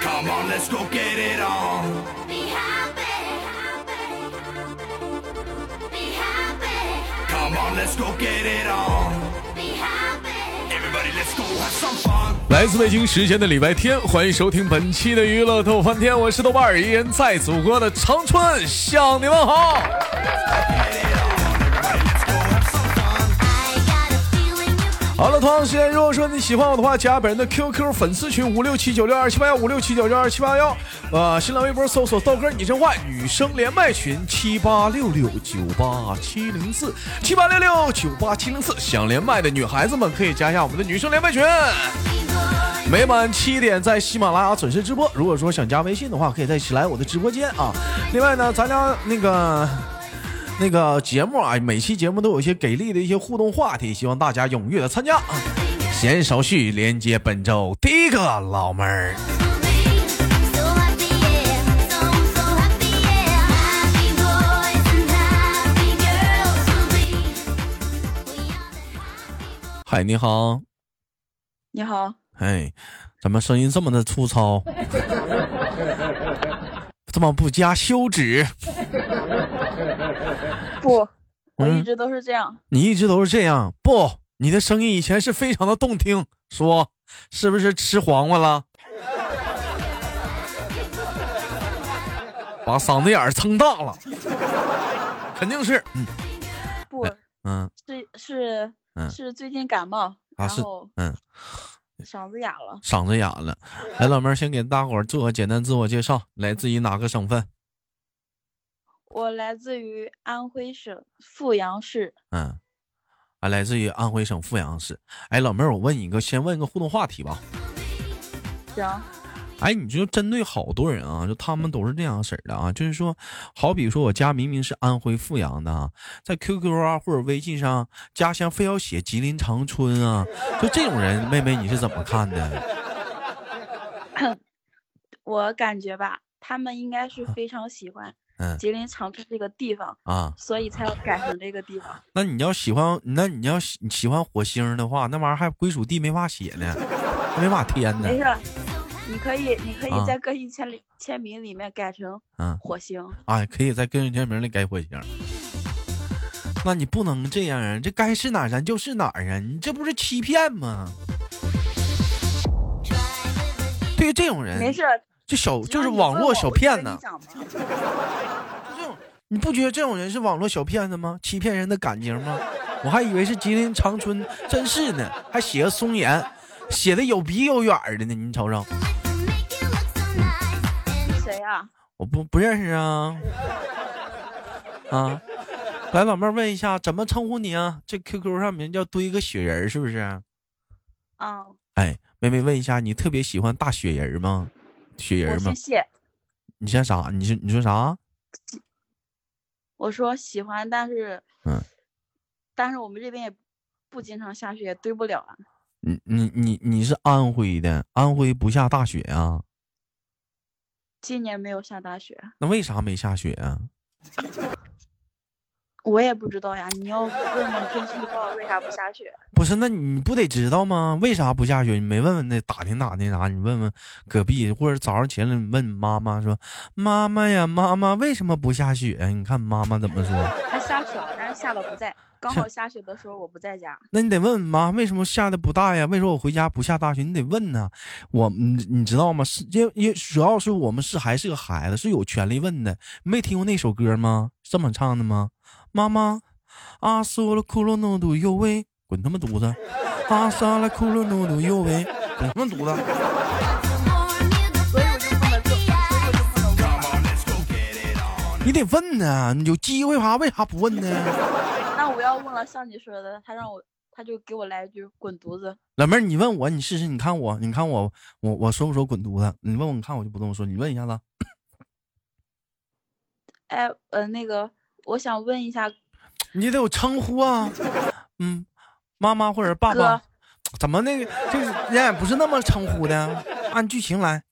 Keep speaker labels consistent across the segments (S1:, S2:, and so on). S1: Come on, let's go get it on.
S2: Be happy. Be happy.
S1: Come on, let's go get it on.
S2: Be happy.
S1: Everybody, let's go have some fun.
S3: 来自北京时间的礼拜天，欢迎收听本期的娱乐逗翻天，我是豆瓣儿，依然在祖国的长春向你们好。
S2: I got a feeling you
S3: 好了，同样时间，如果说你喜欢我的话，加本人的 QQ 粉丝群五六七九六二七八幺五六七九六二七八幺，呃，新浪微博搜索豆哥你真坏，女生连麦群七八六六九八七零四七八六六九八七零四，想连麦的女孩子们可以加一下我们的女生连麦群。
S2: be going.
S3: 每晚七点在喜马拉雅准时直播。如果说想加微信的话，可以再一起来我的直播间啊。另外呢，咱家那个那个节目啊，每期节目都有一些给力的一些互动话题，希望大家踊跃的参加啊。闲少叙，连接本周第一个老妹儿。
S2: So happy, yeah. So so happy, yeah. Happy boys and happy girls will be. We are the happy boys.
S3: 嗨，哎你好，
S4: 你好，
S3: 哎，怎么声音这么的粗糙？ 这么不加羞耻？
S4: 不，我
S3: 嗯
S4: 一直都是这样，
S3: 你一直都是这样？不，你的声音以前是非常的动听，说是不是吃黄瓜了？ 把嗓子眼儿撑大了，肯定是，嗯
S4: 不
S3: 嗯
S4: 是是
S3: 嗯
S4: 是最近感冒，
S3: 啊
S4: 然
S3: 是
S4: 后
S3: 嗯，
S4: 嗓子哑了。
S3: 嗓子哑了。来，老妹儿先给大伙儿做个简单自我介绍，来自于哪个省份？
S4: 我来自于安徽省阜阳市，
S3: 嗯，啊，来自于安徽省阜阳市。哎，老妹儿，我问你一个，先问个互动话题吧。
S4: 行，
S3: 哎，你就针对好多人啊，就他们都是这样式儿的啊，就是说，好比说我家明明是安徽阜阳的啊，在 QQ 啊或者微信上，家乡非要写吉林长春啊，就这种人，妹妹你是怎么看的？
S4: 我感觉吧，他们应该是非常喜欢
S3: 啊嗯
S4: 吉林长春这个地方，
S3: 啊，
S4: 所以才要改成这个地方。
S3: 那你要喜欢，那你要喜喜欢火星的话，那玩意儿还归属地没法写呢，没法填呢
S4: 没。事，你可以你可
S3: 嗯啊
S4: 以在个性签里签名里面改成
S3: 嗯，
S4: 火星，
S3: 哎，可以在个人签名里改火星。那你不能这样啊！这该是哪儿咱就是哪儿啊！你这不是欺骗吗？对于这种人，
S4: 没事，
S3: 就小
S4: 只
S3: 嗯就
S4: 要
S3: 是
S4: 你
S3: 网
S4: 问
S3: 络
S4: 我
S3: 小
S4: 我就
S3: 骗
S4: 跟你
S3: 子，
S4: 讲嘛
S3: 这种你不觉得这种人是网络小骗子吗？欺骗人的感情吗？我还以为是吉林长春，真是呢，还写个松岩，写的有鼻有眼儿的呢。你瞅瞅，
S2: Make you look so nice. And
S4: 谁啊？
S3: 我不不认识啊，啊，来老妹儿问一下，怎么称呼你啊？这 QQ 上名叫堆个雪人儿是不是？
S4: 啊，
S3: 哎，妹妹问一下，你特别喜欢大雪人儿吗？雪
S4: 我
S3: 人儿吗
S4: 姓？谢。
S3: 你像啥？你是你说啥？
S4: 我说喜欢，但是，
S3: 嗯，
S4: 但是我们这边也不经常下雪，堆不了啊。
S3: 你你你你是安徽的，安徽不下大雪啊？
S4: 今年没有下大雪，
S3: 那为啥没下雪啊？
S4: 我也不知道呀。你要问问天气预报为啥不下雪？
S3: 不是，那你不得知道吗？为啥不下雪？你没问问那打听打听啥？你问问隔壁，或者早上起来你问妈妈说：“妈妈呀，妈妈，为什么不下雪？”你看妈妈怎么说？
S4: 它下雪了，但是下的不在。刚好下雪的时候我不在家，
S3: 那你得问问妈，为什么下的不大呀？为什么我回家不下大雪？你得问呐。我，你你知道吗？是因因主要是我们是还是个孩子，是有权利问的。没听过那首歌吗？这么唱的吗？妈妈，阿苏了骷髅努鲁哟喂，滚他妈犊子！阿萨了骷髅努鲁哟喂，滚他妈犊子！
S4: 所以我就不能做，所以我就不能问。
S1: Come on, let's go get it on.
S3: 你得问呢，你有机会啥为啥不问呢？
S4: 那我要问了，像你说的，他让我，他就给我来一句“滚犊子
S3: 老妹儿，你问我，你试试，你看我，你看我，我我说不说滚犊子？你问我，你看我就不这么说，你问一下子。”。
S4: 哎，呃，那个，我想问一下
S3: 你得有称呼啊，嗯，妈妈或者爸
S4: 哥
S3: 爸，怎么那个这个人家也不是那么称呼的，按剧情来，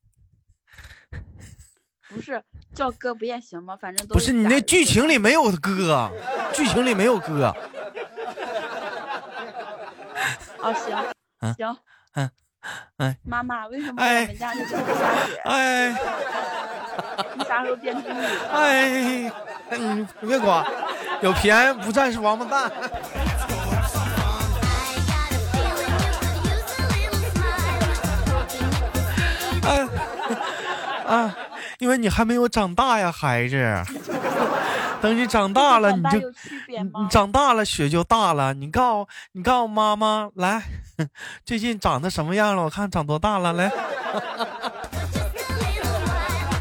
S4: 不是叫哥不也行吗？反正都
S3: 不是你那
S4: 那
S3: 剧情里没有哥，剧情里没有哥，
S4: 哦，行
S3: 嗯，
S4: 哦行，
S3: 嗯哎
S4: 妈妈，为什么
S3: 哎
S4: 我们家就不下雪？
S3: 哎
S4: 你啥时候变经理了？
S3: 哎，嗯，别管，有便宜不占是王八蛋。
S2: I got a feeling you could use a little
S3: 啊啊，
S2: smile. Even if it seems
S3: 因为你还没有长大呀，孩子。等你长大了，你就
S4: 跟长大有区别
S3: 你
S4: 吗？
S3: 长大了，雪就大了。你告诉你告诉妈妈，来， 最近长得什么样了？我看长多大了，来。
S2: just a little while.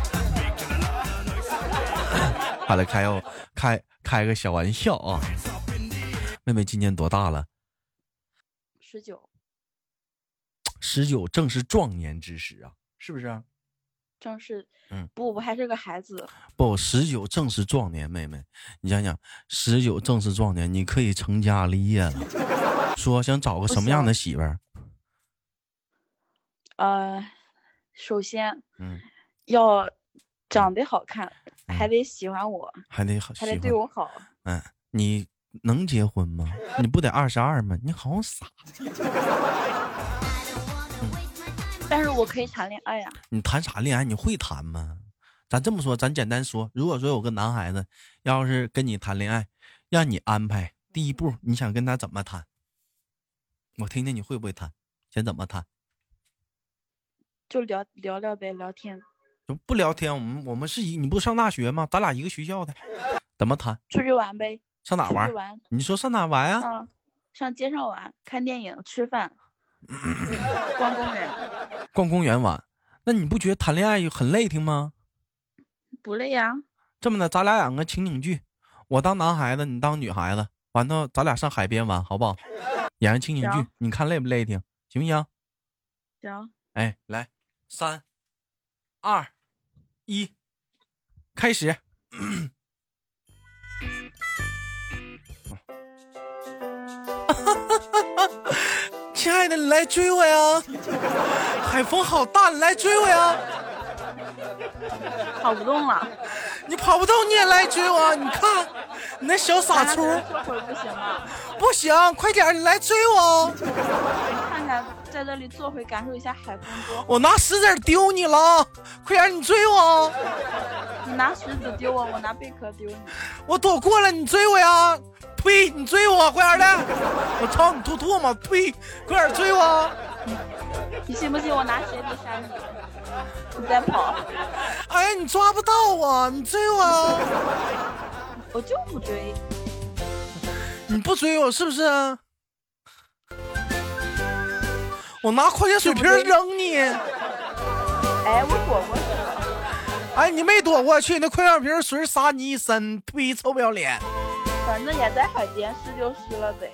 S3: 好了，开哦，开开个小玩笑啊。妹妹今年多大了？
S4: 十九，
S3: 十九，正是壮年之时啊，是不是啊、
S4: 正是，
S3: 嗯
S4: 不，我还是个孩子。
S3: 不，十九正是壮年，妹妹，你想想，十九正是壮年，你可以成家立业了。说想找个什么样的媳妇儿？
S4: 呃，首先
S3: 嗯，
S4: 要长得好看，还
S3: 嗯
S4: 得喜欢我，
S3: 还得好
S4: 还
S3: 喜
S4: 得
S3: 欢。
S4: 对我好。
S3: 嗯，你能结婚吗？你不得二十二吗？你好像傻，
S4: 但是我可以谈恋爱呀、
S3: 你谈啥恋爱？你会谈吗？咱这么说，咱简单说，如果说有个男孩子要是跟你谈恋爱，让你安排第一步，你想跟他怎么谈？我听听你会不会谈，先怎么谈？
S4: 就聊聊聊呗，聊天，
S3: 就不聊天，我们我们是一，你不上大学吗？咱俩一个学校的，怎么谈？
S4: 出去玩呗，
S3: 上哪
S4: 出
S3: 玩
S4: 去？玩，
S3: 你说上哪玩啊？
S4: 嗯，上街上玩，看电影，吃饭，逛公园，
S3: 逛公园玩？那你不觉得谈恋爱很累挺吗？
S4: 不累呀、
S3: 这么的，咱俩演个情景剧，我当男孩子，你当女孩子，完了咱俩上海边玩，好不好？演个情景剧
S4: 行，
S3: 你看累不累挺？行不行？
S4: 行，
S3: 哎，来，三、二、一，开始。 亲爱的，你来追我呀！海风好大，你来追我呀！
S4: 跑不动了，
S3: 你跑不动，你也来追我！啊你看，你那小傻
S4: 咱
S3: 粗，
S4: 俩这会儿不行了，
S3: 不行，快点儿，你来追我！
S4: 看看在这里坐会儿，感受一下海风多好。
S3: 我拿石子儿丢你了，快点儿，你追我！
S4: 你拿石子丢我，我拿贝壳丢你。
S3: 我躲过了，你追我呀！呸！你追我，快点的！我朝你吐唾沫，呸！快点追我！
S4: 你信不信我拿鞋底扇你？你再跑，
S3: 哎呀，你抓不到我，你追我，
S4: 我就不追。
S3: 你不追我是不是？我拿矿泉水瓶扔你！
S4: 哎，我躲过去了，
S3: 哎，你没躲过去，那矿泉瓶水洒你一身，呸！臭不要脸！
S4: 反正也在海边，湿就湿了呗。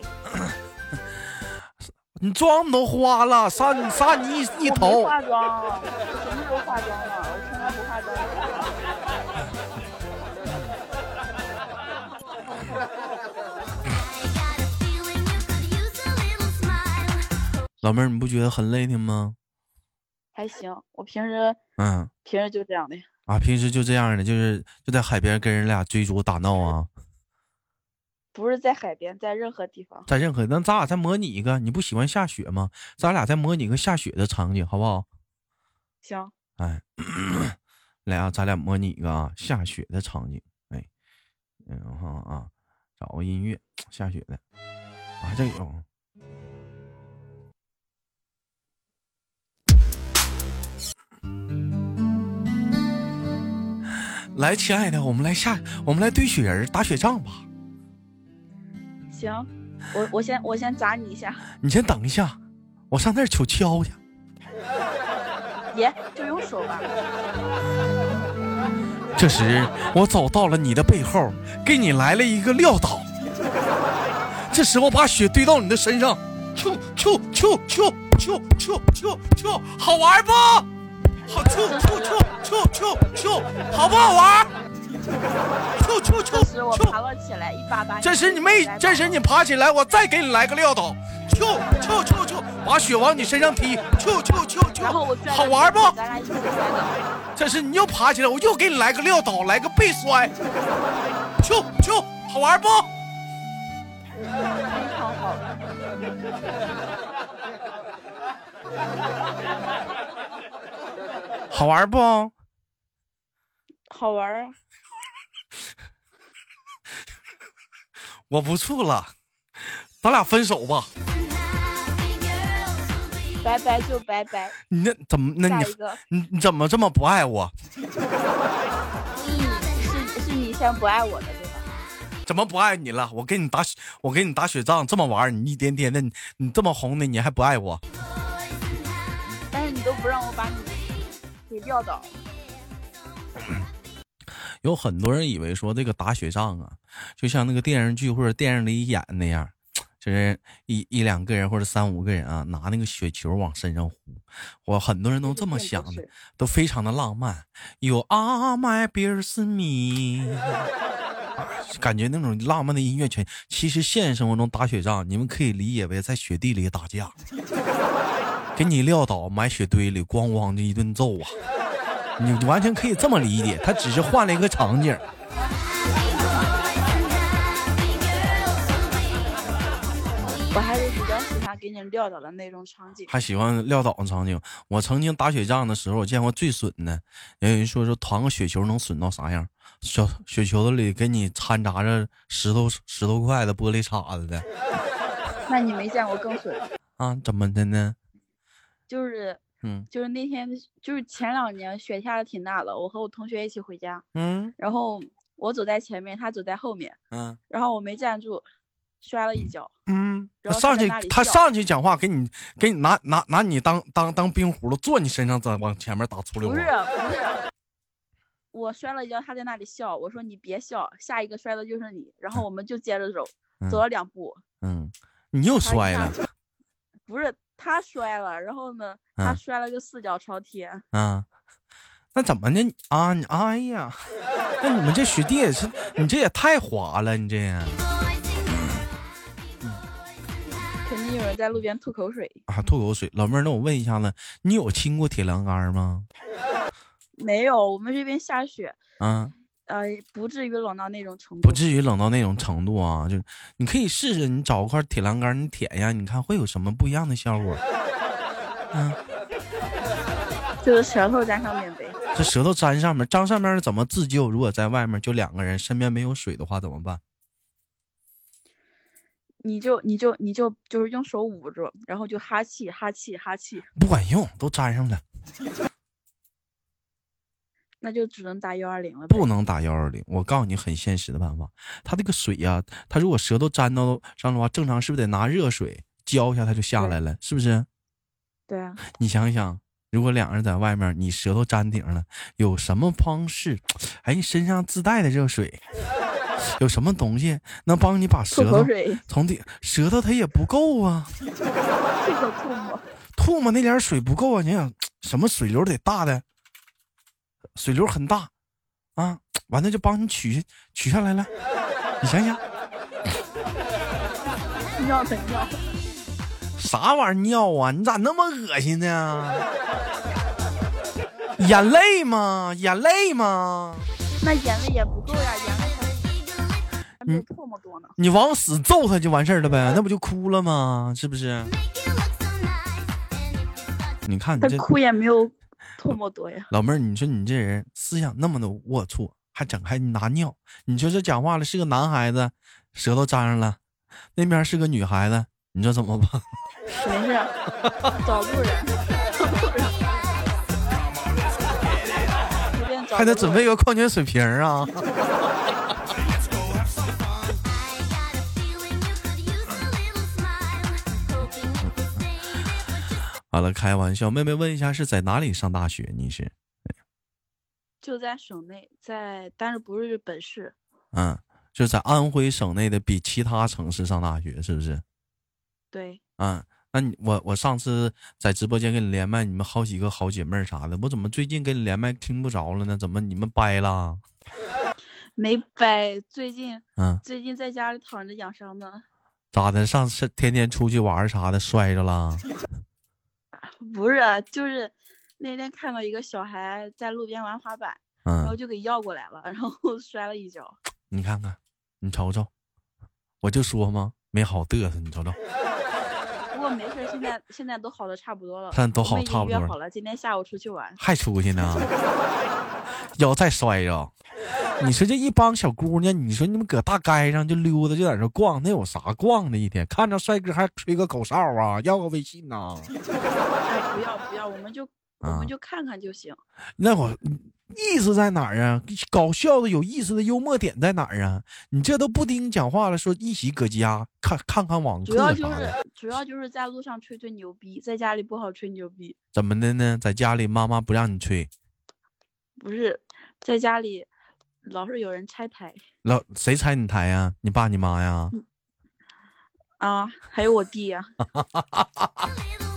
S3: 你妆都花了，洒你洒你一一
S4: 我没
S3: 头。
S4: 化妆，啊我什么时候化妆了？我从来不化妆的。
S2: I got a feeling you could use a little smile.
S3: 老妹儿，你不觉得很累挺吗？
S4: 还行，我平时
S3: 嗯
S4: 平时就这样的。
S3: 啊，平时就这样的，就是就在海边跟人俩追逐打闹啊。
S4: 不是在海边，在任何地方。
S3: 在任何，那咱俩再模拟一个，你不喜欢下雪吗？咱俩再模拟一个下雪的场景，好不好？
S4: 行，
S3: 哎， 来啊，咱俩模拟一个啊下雪的场景。哎，嗯，我看看啊，找个音乐，下雪的，啊，这有。 来，亲爱的，我们来下，我们来堆雪人儿，打雪仗吧。
S4: 行，我我先我先砸你一下，
S3: 你先等一下，我上那儿取锹去。
S4: 爷就用手吧。
S3: 这时，我走到了你的背后，给你来了一个撂倒。这时，我把雪堆到你的身上，啾啾啾啾啾啾啾啾，好玩不？好啾啾啾啾啾啾，好不好玩？啾啾啾
S4: 这时我爬
S3: 啾。
S4: 了起来，一把把你。
S3: 这时你没，这时你爬起来，我再给你来个撂倒，啾啾啾啾，把雪往你身上踢，啾啾啾
S4: 然后我拽
S3: 啾，
S4: 着
S3: 好玩不
S4: 你？咱俩一起摔倒。
S3: 这是你又爬起来，我又给你来个撂倒，来个背摔，就就好玩不？
S4: 非常好。
S3: 好玩不？
S4: 好玩儿啊。
S3: 我不处了，咱俩分手吧。
S4: 拜拜就拜拜，
S3: 你那怎么？那
S4: 下
S3: 你
S4: 一个
S3: 你你怎么这么不爱我？
S4: 是是你先不爱我的对吧？
S3: 怎么不爱你了？我给你打雪，我给你打雪仗，这么玩儿你一点点的，你你这么红的，你还不爱我？
S4: 但是你都不让我把你给撂倒，
S3: 有很多人以为说这个打雪仗啊，就像那个电视剧或者电影里演那样，就是一一两个人或者三五个人啊，拿那个雪球往身上呼。我很多人都这么想
S4: 并不
S3: 的
S4: 是，
S3: 都非常的浪漫。You are my b e a r s me，感觉那种浪漫的音乐全。其实现实生活中打雪仗，你们可以理解为在雪地里打架，给你撂倒，埋雪堆里，咣咣的一顿揍啊。你完全可以这么理解，他只是换了一个场景。
S4: 我还是比较喜欢给你撂倒的那种场景。
S3: 还喜欢撂倒的场景。我曾经打雪仗的时候，我见过最损的，有人说说团个雪球能损到啥样？小雪球子里给你掺杂着石头、石头块子、玻璃碴子的
S4: 那你没见过更损的，
S3: 啊？怎么的呢？
S4: 就是
S3: 嗯
S4: 就是那天就是前两年雪下的挺大的，我和我同学一起回家，
S3: 嗯
S4: 然后我走在前面，他走在后面，
S3: 嗯
S4: 然后我没站住，摔了一跤。
S3: 嗯，
S4: 然后
S3: 上
S4: 他在
S3: 去
S4: 那里
S3: 他
S4: 笑
S3: 上去讲话，给你给你拿拿拿你当当当冰葫芦，坐你身上，再往前面打出溜啊
S4: 不
S3: 滑
S4: 是。不是，我摔了一跤，他在那里笑。我说你别笑，下一个摔的就是你。然后我们就接着走，走
S3: 嗯
S4: 了两步，
S3: 嗯，你又
S4: 他
S3: 摔
S4: 一下
S3: 了
S4: 子。 不是他摔了，然后呢，他
S3: 嗯
S4: 摔了个四脚朝天。
S3: 啊，那怎么的你啊？你哎呀， 那你们这雪地也是，你这也太滑了，你这也
S4: 肯定有人在路边吐口水，
S3: 啊，吐口水。老妹儿，那我问一下子，你有亲过铁栏杆吗？
S4: 没有，我们这边下雪，
S3: 啊，
S4: 呃，不至于冷到那种程度。
S3: 不至于冷到那种程度啊，就你可以试试，你找块铁栏杆，你舔一下，你看会有什么不一样的效果？
S4: 就是舌头沾上面呗。
S3: 这舌头粘上面，粘上面怎么自救？如果在外面就两个人，身边没有水的话怎么办？
S4: 你就你就你就就是用手捂住，然后就哈气哈气哈气，
S3: 不管用，都粘上了，
S4: 那就只能打幺二零了呗。
S3: 不能打幺二零。我告诉你，很现实的办法，它这个水呀、它如果舌头粘到上的话，正常是不是得拿热水浇一下，它就下来了，是不是？
S4: 对啊，
S3: 你想想，如果两个人在外面，你舌头粘顶了，有什么方式？哎，你身上自带的热水，有什么东西能帮你把
S4: 吐
S3: 舌
S4: 口
S3: 头
S4: 水，
S3: 从顶？舌头它也不够啊，
S4: 吐口吐沫。
S3: 吐沫那点水不够啊！你想什么水流得大的？水流很大啊，完了就帮你取取下来了。你想想，
S4: 尿的尿，
S3: 啥玩意儿尿啊？你咋那么恶心呢？眼泪吗？眼泪吗？
S4: 那眼泪也不够呀，眼泪还没有唾沫多呢。
S3: 你往死揍他就完事儿了呗，那不就哭了吗？是不是？你看你
S4: 他
S3: 这
S4: 哭也没有唾沫多呀。
S3: 老妹儿，你说你这人思想那么的龌龊，还整还拿尿，你说这讲话了是个男孩子，舌头粘上了，那边是个女孩子，你说怎么办？
S4: 没 事，找路 人，找路人。随便找
S3: 还得
S4: 个
S3: 准
S4: 路
S3: 备
S4: 人。
S3: 个矿泉水瓶儿啊？ 好了，开玩笑，妹妹问一下是在哪里上大学？你是
S4: 就在省内，在但是不是本市，
S3: 嗯，就是在安徽省内的比其他城市上大学，是不是？
S4: 对，
S3: 啊，那你我我上次在直播间跟你连麦，你们好几个好姐妹儿啥的，我怎么最近跟你连麦听不着了呢？怎么你们掰了？
S4: 没掰。最近
S3: 嗯，
S4: 最近在家里躺着养伤呢，
S3: 咋的？上次天天出去玩儿啥的，摔着了？
S4: 不是，啊就是那天看到一个小孩在路边玩滑板，然后
S3: 嗯，
S4: 就给要过来了，然后摔了一跤。
S3: 你看看，你瞅瞅，我就说嘛，没好嘚瑟，你瞅瞅，
S4: 不过过没事儿，现在现在都好的差不多了。
S3: 现在都
S4: 我
S3: 好
S4: 们已经
S3: 差不
S4: 约
S3: 多了
S4: 好了，今天下午出去玩。
S3: 还出去呢， 腰再摔着。你说这一帮小姑娘，你说你们搁大街上就溜达，就在那逛，那有啥逛的？一天看着帅哥还吹个口哨啊，要个微信呐、
S4: 哎，不要不要，我们就我
S3: 啊
S4: 们就看看就行。
S3: 那会儿意思在哪儿啊？搞笑的、有意思的幽默点在哪儿啊？你这都不听讲话了，说一起搁家看看看网
S4: 主要
S3: 课
S4: 就
S3: 啥
S4: 是
S3: 的，
S4: 主要就是在路上吹吹牛逼，在家里不好吹牛逼，
S3: 怎么的呢？在家里妈妈不让你吹，
S4: 不是在家里老是有人拆台
S3: 老谁拆你台呀？你爸你妈呀？
S4: 嗯啊，还有我弟呀、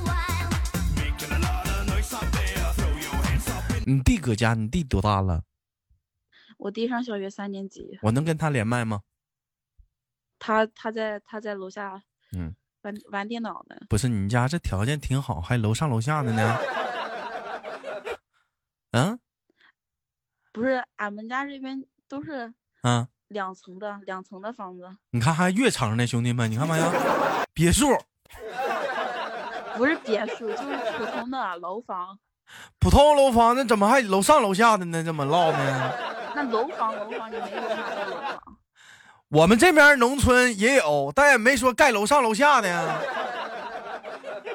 S1: Making a lot of noise out there. Throw your hands up in
S3: 你弟搁家，你弟多大了？
S4: 我弟上小学三年级，
S3: 我能跟他连麦吗？
S4: 他他在他在楼下
S3: 嗯，
S4: 玩玩电脑呢，
S3: 不是，你家这条件挺好，还楼上楼下的呢。嗯
S4: 不是俺们家这边都是
S3: 啊，
S4: 两层的两层的房子，
S3: 你看还越城呢，兄弟们，你看没呀？别墅，
S4: 不是别墅就是普通的楼房。
S3: 普通楼房，那怎么还楼上楼下的呢？这么唠呢？
S4: 那楼房楼房你没有哪个楼房？
S3: 我们这边农村也有，但也没说盖楼上楼下的 呀。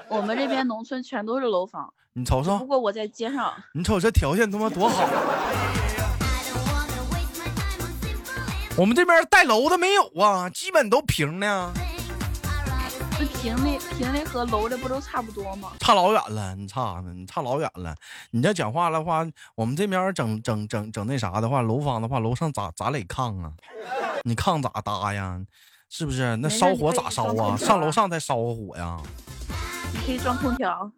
S4: 我们这边农村全都是楼房，
S3: 你瞅
S4: 不
S3: 瞅，
S4: 过我在街上。
S3: 你瞅这条件他妈多好！我们这边带楼的没有啊，基本都平的呀，
S4: 那平的平的和楼的不都差不多吗？
S3: 差老远了。你差呢？你差老远了。你要讲话的话，我们这边整整整整那啥的话，楼房的话，楼上咋咋垒炕啊？你炕咋搭呀？是不是？那
S4: 没事
S3: 烧
S4: 你
S3: 火
S4: 可以
S3: 咋烧
S4: 装空
S3: 啊？
S4: 调
S3: 上
S4: 啊
S3: 楼上再烧个火呀？
S4: 你可以装空调，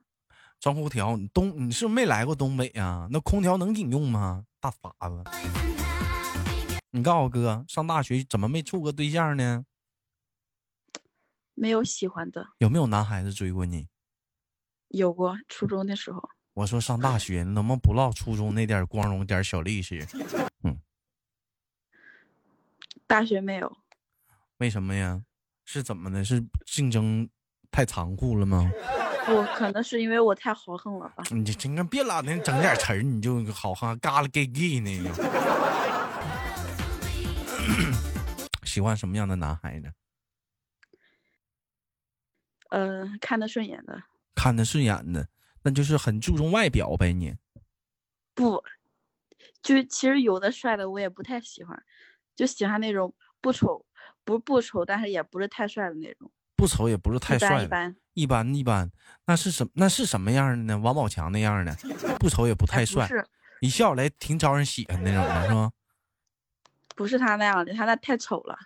S3: 装空调，你东你是不是没来过东北啊？那空调能顶用吗？大傻子！你告诉我哥，上大学怎么没处过对象呢？
S4: 没有喜欢的，
S3: 有没有男孩子追过你？
S4: 有过初中的时候，
S3: 我说上大学，你能不能不唠初中那点光荣点小历史？
S4: 大学没有，
S3: 为什么呀？是怎么的？是竞争太残酷了吗？
S4: 我可能是因为我太豪横了吧。
S3: 你这真别老那整点词儿，你就好哈嘎啦 gay gay 呢。 喜欢什么样的男孩子？
S4: 呃，看得顺眼的，
S3: 看得顺眼的，那就是很注重外表呗你。
S4: 不，就是其实有的帅的我也不太喜欢，就喜欢那种不丑，不不丑，但是也不是太帅的那种，
S3: 不丑也不是太
S4: 一般
S3: 帅
S4: 一
S3: 的，
S4: 般，
S3: 一般一般。那是什那是什么样的呢？王宝强那样 的，不丑也不
S4: 哎
S3: 太帅
S4: 不，是
S3: 一笑来挺招人喜欢那种的，是吧？
S4: 不是他那样的，他那太丑了。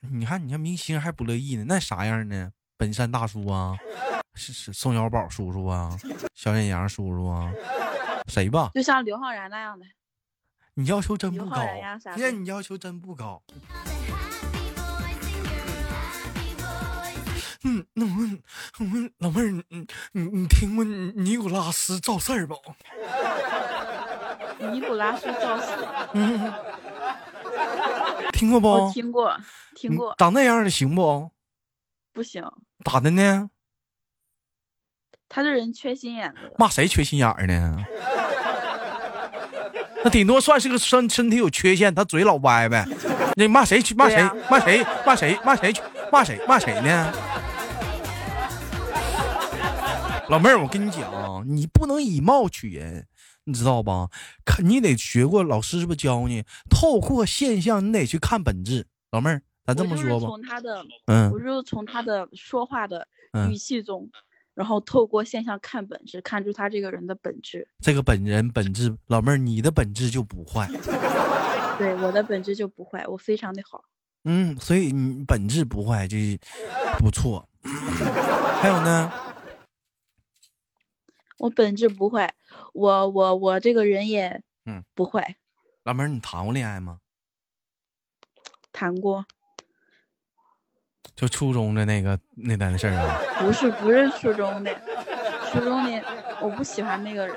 S3: 你看，你看明星还不乐意呢，那啥样呢？本山大叔啊，是是宋小宝叔叔啊，小沈阳叔叔啊，谁吧？
S4: 就像刘昊然那样的，
S3: 你要求真不
S4: 刘
S3: 高
S4: 昊然呀啥，的
S3: 那你要求真不高。嗯，那我问我问老妹儿，你你你你听过尼尼古拉斯赵四儿不？
S4: 尼古拉斯赵四，
S3: 听过
S4: 我
S3: 不？
S4: 听过，听
S3: 哦嗯
S4: 过，
S3: 长那样的行不？
S4: 不行，
S3: 咋的呢？
S4: 他这人缺心眼子。
S3: 骂谁缺心眼儿 呢？那顶多算是个身身体有缺陷，他嘴老歪呗。那骂谁去骂
S4: 对
S3: 谁
S4: 呀
S3: 骂谁骂谁骂谁去骂谁骂谁呢？老妹儿，我跟你讲啊，你不能以貌取人，你知道吧？看你得学过老师是不是教你，透过现象你得去看本质。老妹儿，咱这
S4: 我
S3: 么
S4: 就是
S3: 说吧，
S4: 从他的，
S3: 嗯
S4: 我就是从他的说话的
S3: 嗯
S4: 语气中，然后透过现象看本质，看出他这个人的本质。
S3: 这个本人本质，老妹儿你的本质就不坏。
S4: 对，我的本质就不坏，我非常的好。
S3: 嗯，所以你本质不坏，这不错。还有呢，
S4: 我本质不坏，我我我这个人也
S3: 嗯
S4: 不坏，
S3: 老妹儿，你谈过恋爱吗？
S4: 谈过，
S3: 就初中的那个那单事儿啊？
S4: 不是不是初中的，初中的我不喜欢那个人，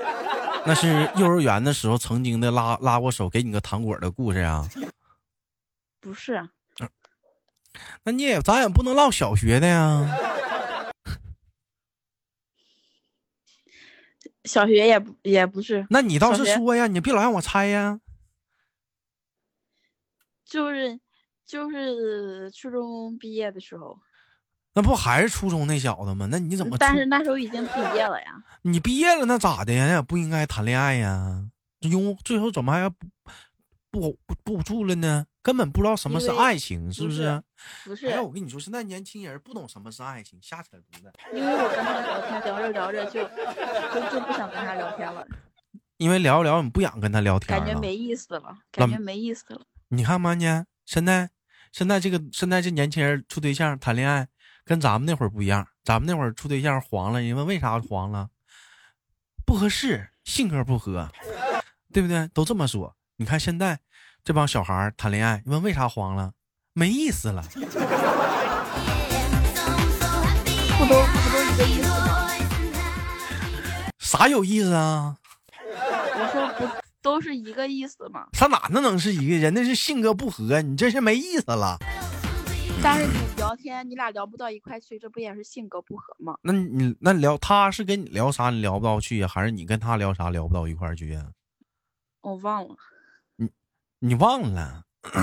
S3: 那是幼儿园的时候曾经的拉拉过手给你个糖果的故事啊？
S4: 不是啊
S3: 那你也咱也不能唠小学的呀。
S4: 小学也不也不是，
S3: 那你倒是
S4: 小学
S3: 说呀，你别老让我猜呀。
S4: 就是就是初中毕业的时候，
S3: 那不还是初中那小子吗？那你怎么初？
S4: 但是那时候已经毕业了呀。
S3: 你毕业了那咋的呀？那也不应该谈恋爱呀？因为最后怎么还要不不不不住了呢？根本不知道什么是
S4: 因为
S3: 爱情，是
S4: 不
S3: 不
S4: 是
S3: 是？
S4: 不是，
S3: 哎呀，我跟你说，现在年轻人不懂什么是爱情，瞎扯犊 子。
S4: 因为我跟他聊天聊着聊着就就就不想跟他聊天了，
S3: 因为聊一聊，你不想跟他聊天
S4: 感
S3: 了。
S4: 觉没意思了，感觉没意思了。
S3: 你看吧，你现在现在这个现在这年轻人处对象谈恋爱，跟咱们那会儿不一样。咱们那会儿处对象黄了，人问为啥黄了？不合适，性格不合，对不对？都这么说。你看现在这帮小孩儿谈恋爱，问为啥黄了？没意思了。
S4: 不都不都一个意思吗？
S3: 啥有意思啊？
S4: 我说不都是一个意思吗？
S3: 他哪那能是一个人？那是性格不合，你这是没意思了。
S4: 但是你聊天，你俩聊不到一块去，这不也是性格不合吗？
S3: 那你那聊他是跟你聊啥你聊不到去呀，还是你跟他聊啥聊不到一块儿去呀？
S4: 我忘了，
S3: 你忘了？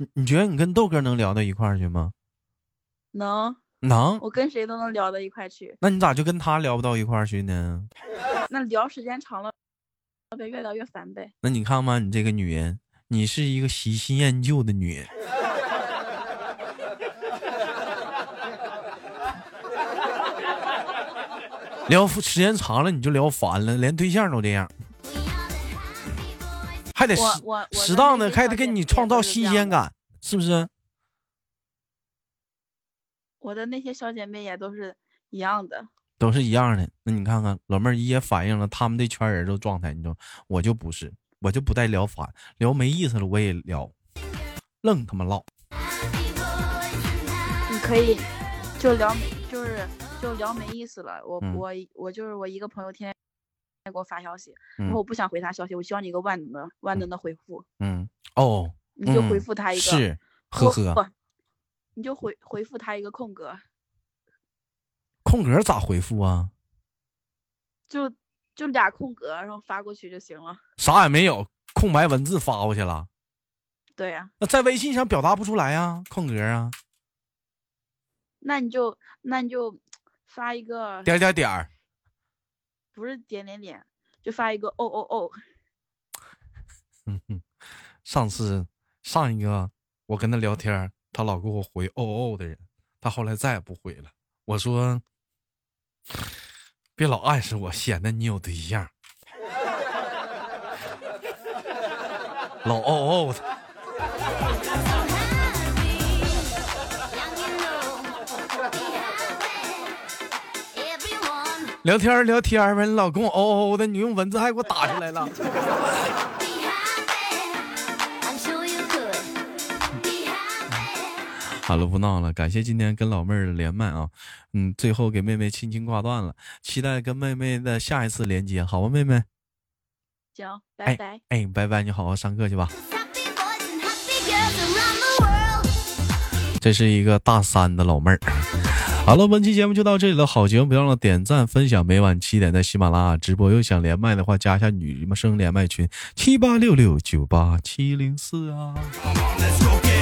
S3: 你你觉得你跟豆哥能聊到一块儿去吗？
S4: 能，
S3: 能？
S4: 我跟谁都能聊到一块去。
S3: 那你咋就跟他聊不到一块儿去呢？
S4: 那聊时间长了，呗，越聊越烦呗。
S3: 那你看吧，你这个女人，你是一个喜新厌旧的女人。聊时间长了你就聊烦了，连对象都这样，还哎得适
S4: 我我我
S3: 适当
S4: 的
S3: 的
S4: 那个
S3: 还得
S4: 小
S3: 给
S4: 姐
S3: 你
S4: 姐
S3: 创
S4: 都
S3: 造
S4: 是
S3: 新
S4: 这样
S3: 鲜
S4: 的
S3: 感，是不是？
S4: 我的那些小姐妹也都是一样的，
S3: 都是一样的。那你看看老妹儿一也反映了他们这圈人的状态，你说我就不是，我就不带聊烦，聊没意思了我也聊，愣他妈唠。
S4: 你可以就聊，就是就聊没意思了。我、
S3: 嗯
S4: 我我就是我一个朋友天天给我发消息，
S3: 嗯
S4: 然后我不想回他消息，我需要你一个万能的万能的回复，
S3: 嗯，哦，
S4: 你就回
S3: 嗯
S4: 复他一个、
S3: 是，呵呵，
S4: 不，你就回回复他一个空格，
S3: 空格咋回复啊？
S4: 就就俩空格，然后发过去就行了。
S3: 啥也没有，空白文字发过去了。
S4: 对啊呀、
S3: 那在微信上表达不出来啊，空格啊，
S4: 那你就那你就发一个
S3: 点儿点儿点儿，
S4: 不是点点点，就发一个哦哦哦，
S3: 嗯哼， 上次上一个我跟她聊天儿，她老给我回哦哦的人，她后来再也不回了。我说，别老暗示我，显得你有对象。老哦哦的，聊天儿聊天儿呗，你老跟我哦哦的，你用文字还给我打出来了。好了，不闹了，感谢今天跟老妹儿的连麦啊，嗯，最后给妹妹轻轻挂断了，期待跟妹妹的下一次连接，好吧，啊妹妹，
S4: 行，拜拜。
S3: 哎，拜拜，你好好上课去吧。这是一个大三的老妹儿。好了，本期节目就到这里了。好节目，别忘了点赞分享。每晚七点在喜马拉雅直播。有想连麦的话，加一下女生连麦群七八六六九八七零四啊。
S1: Let's go get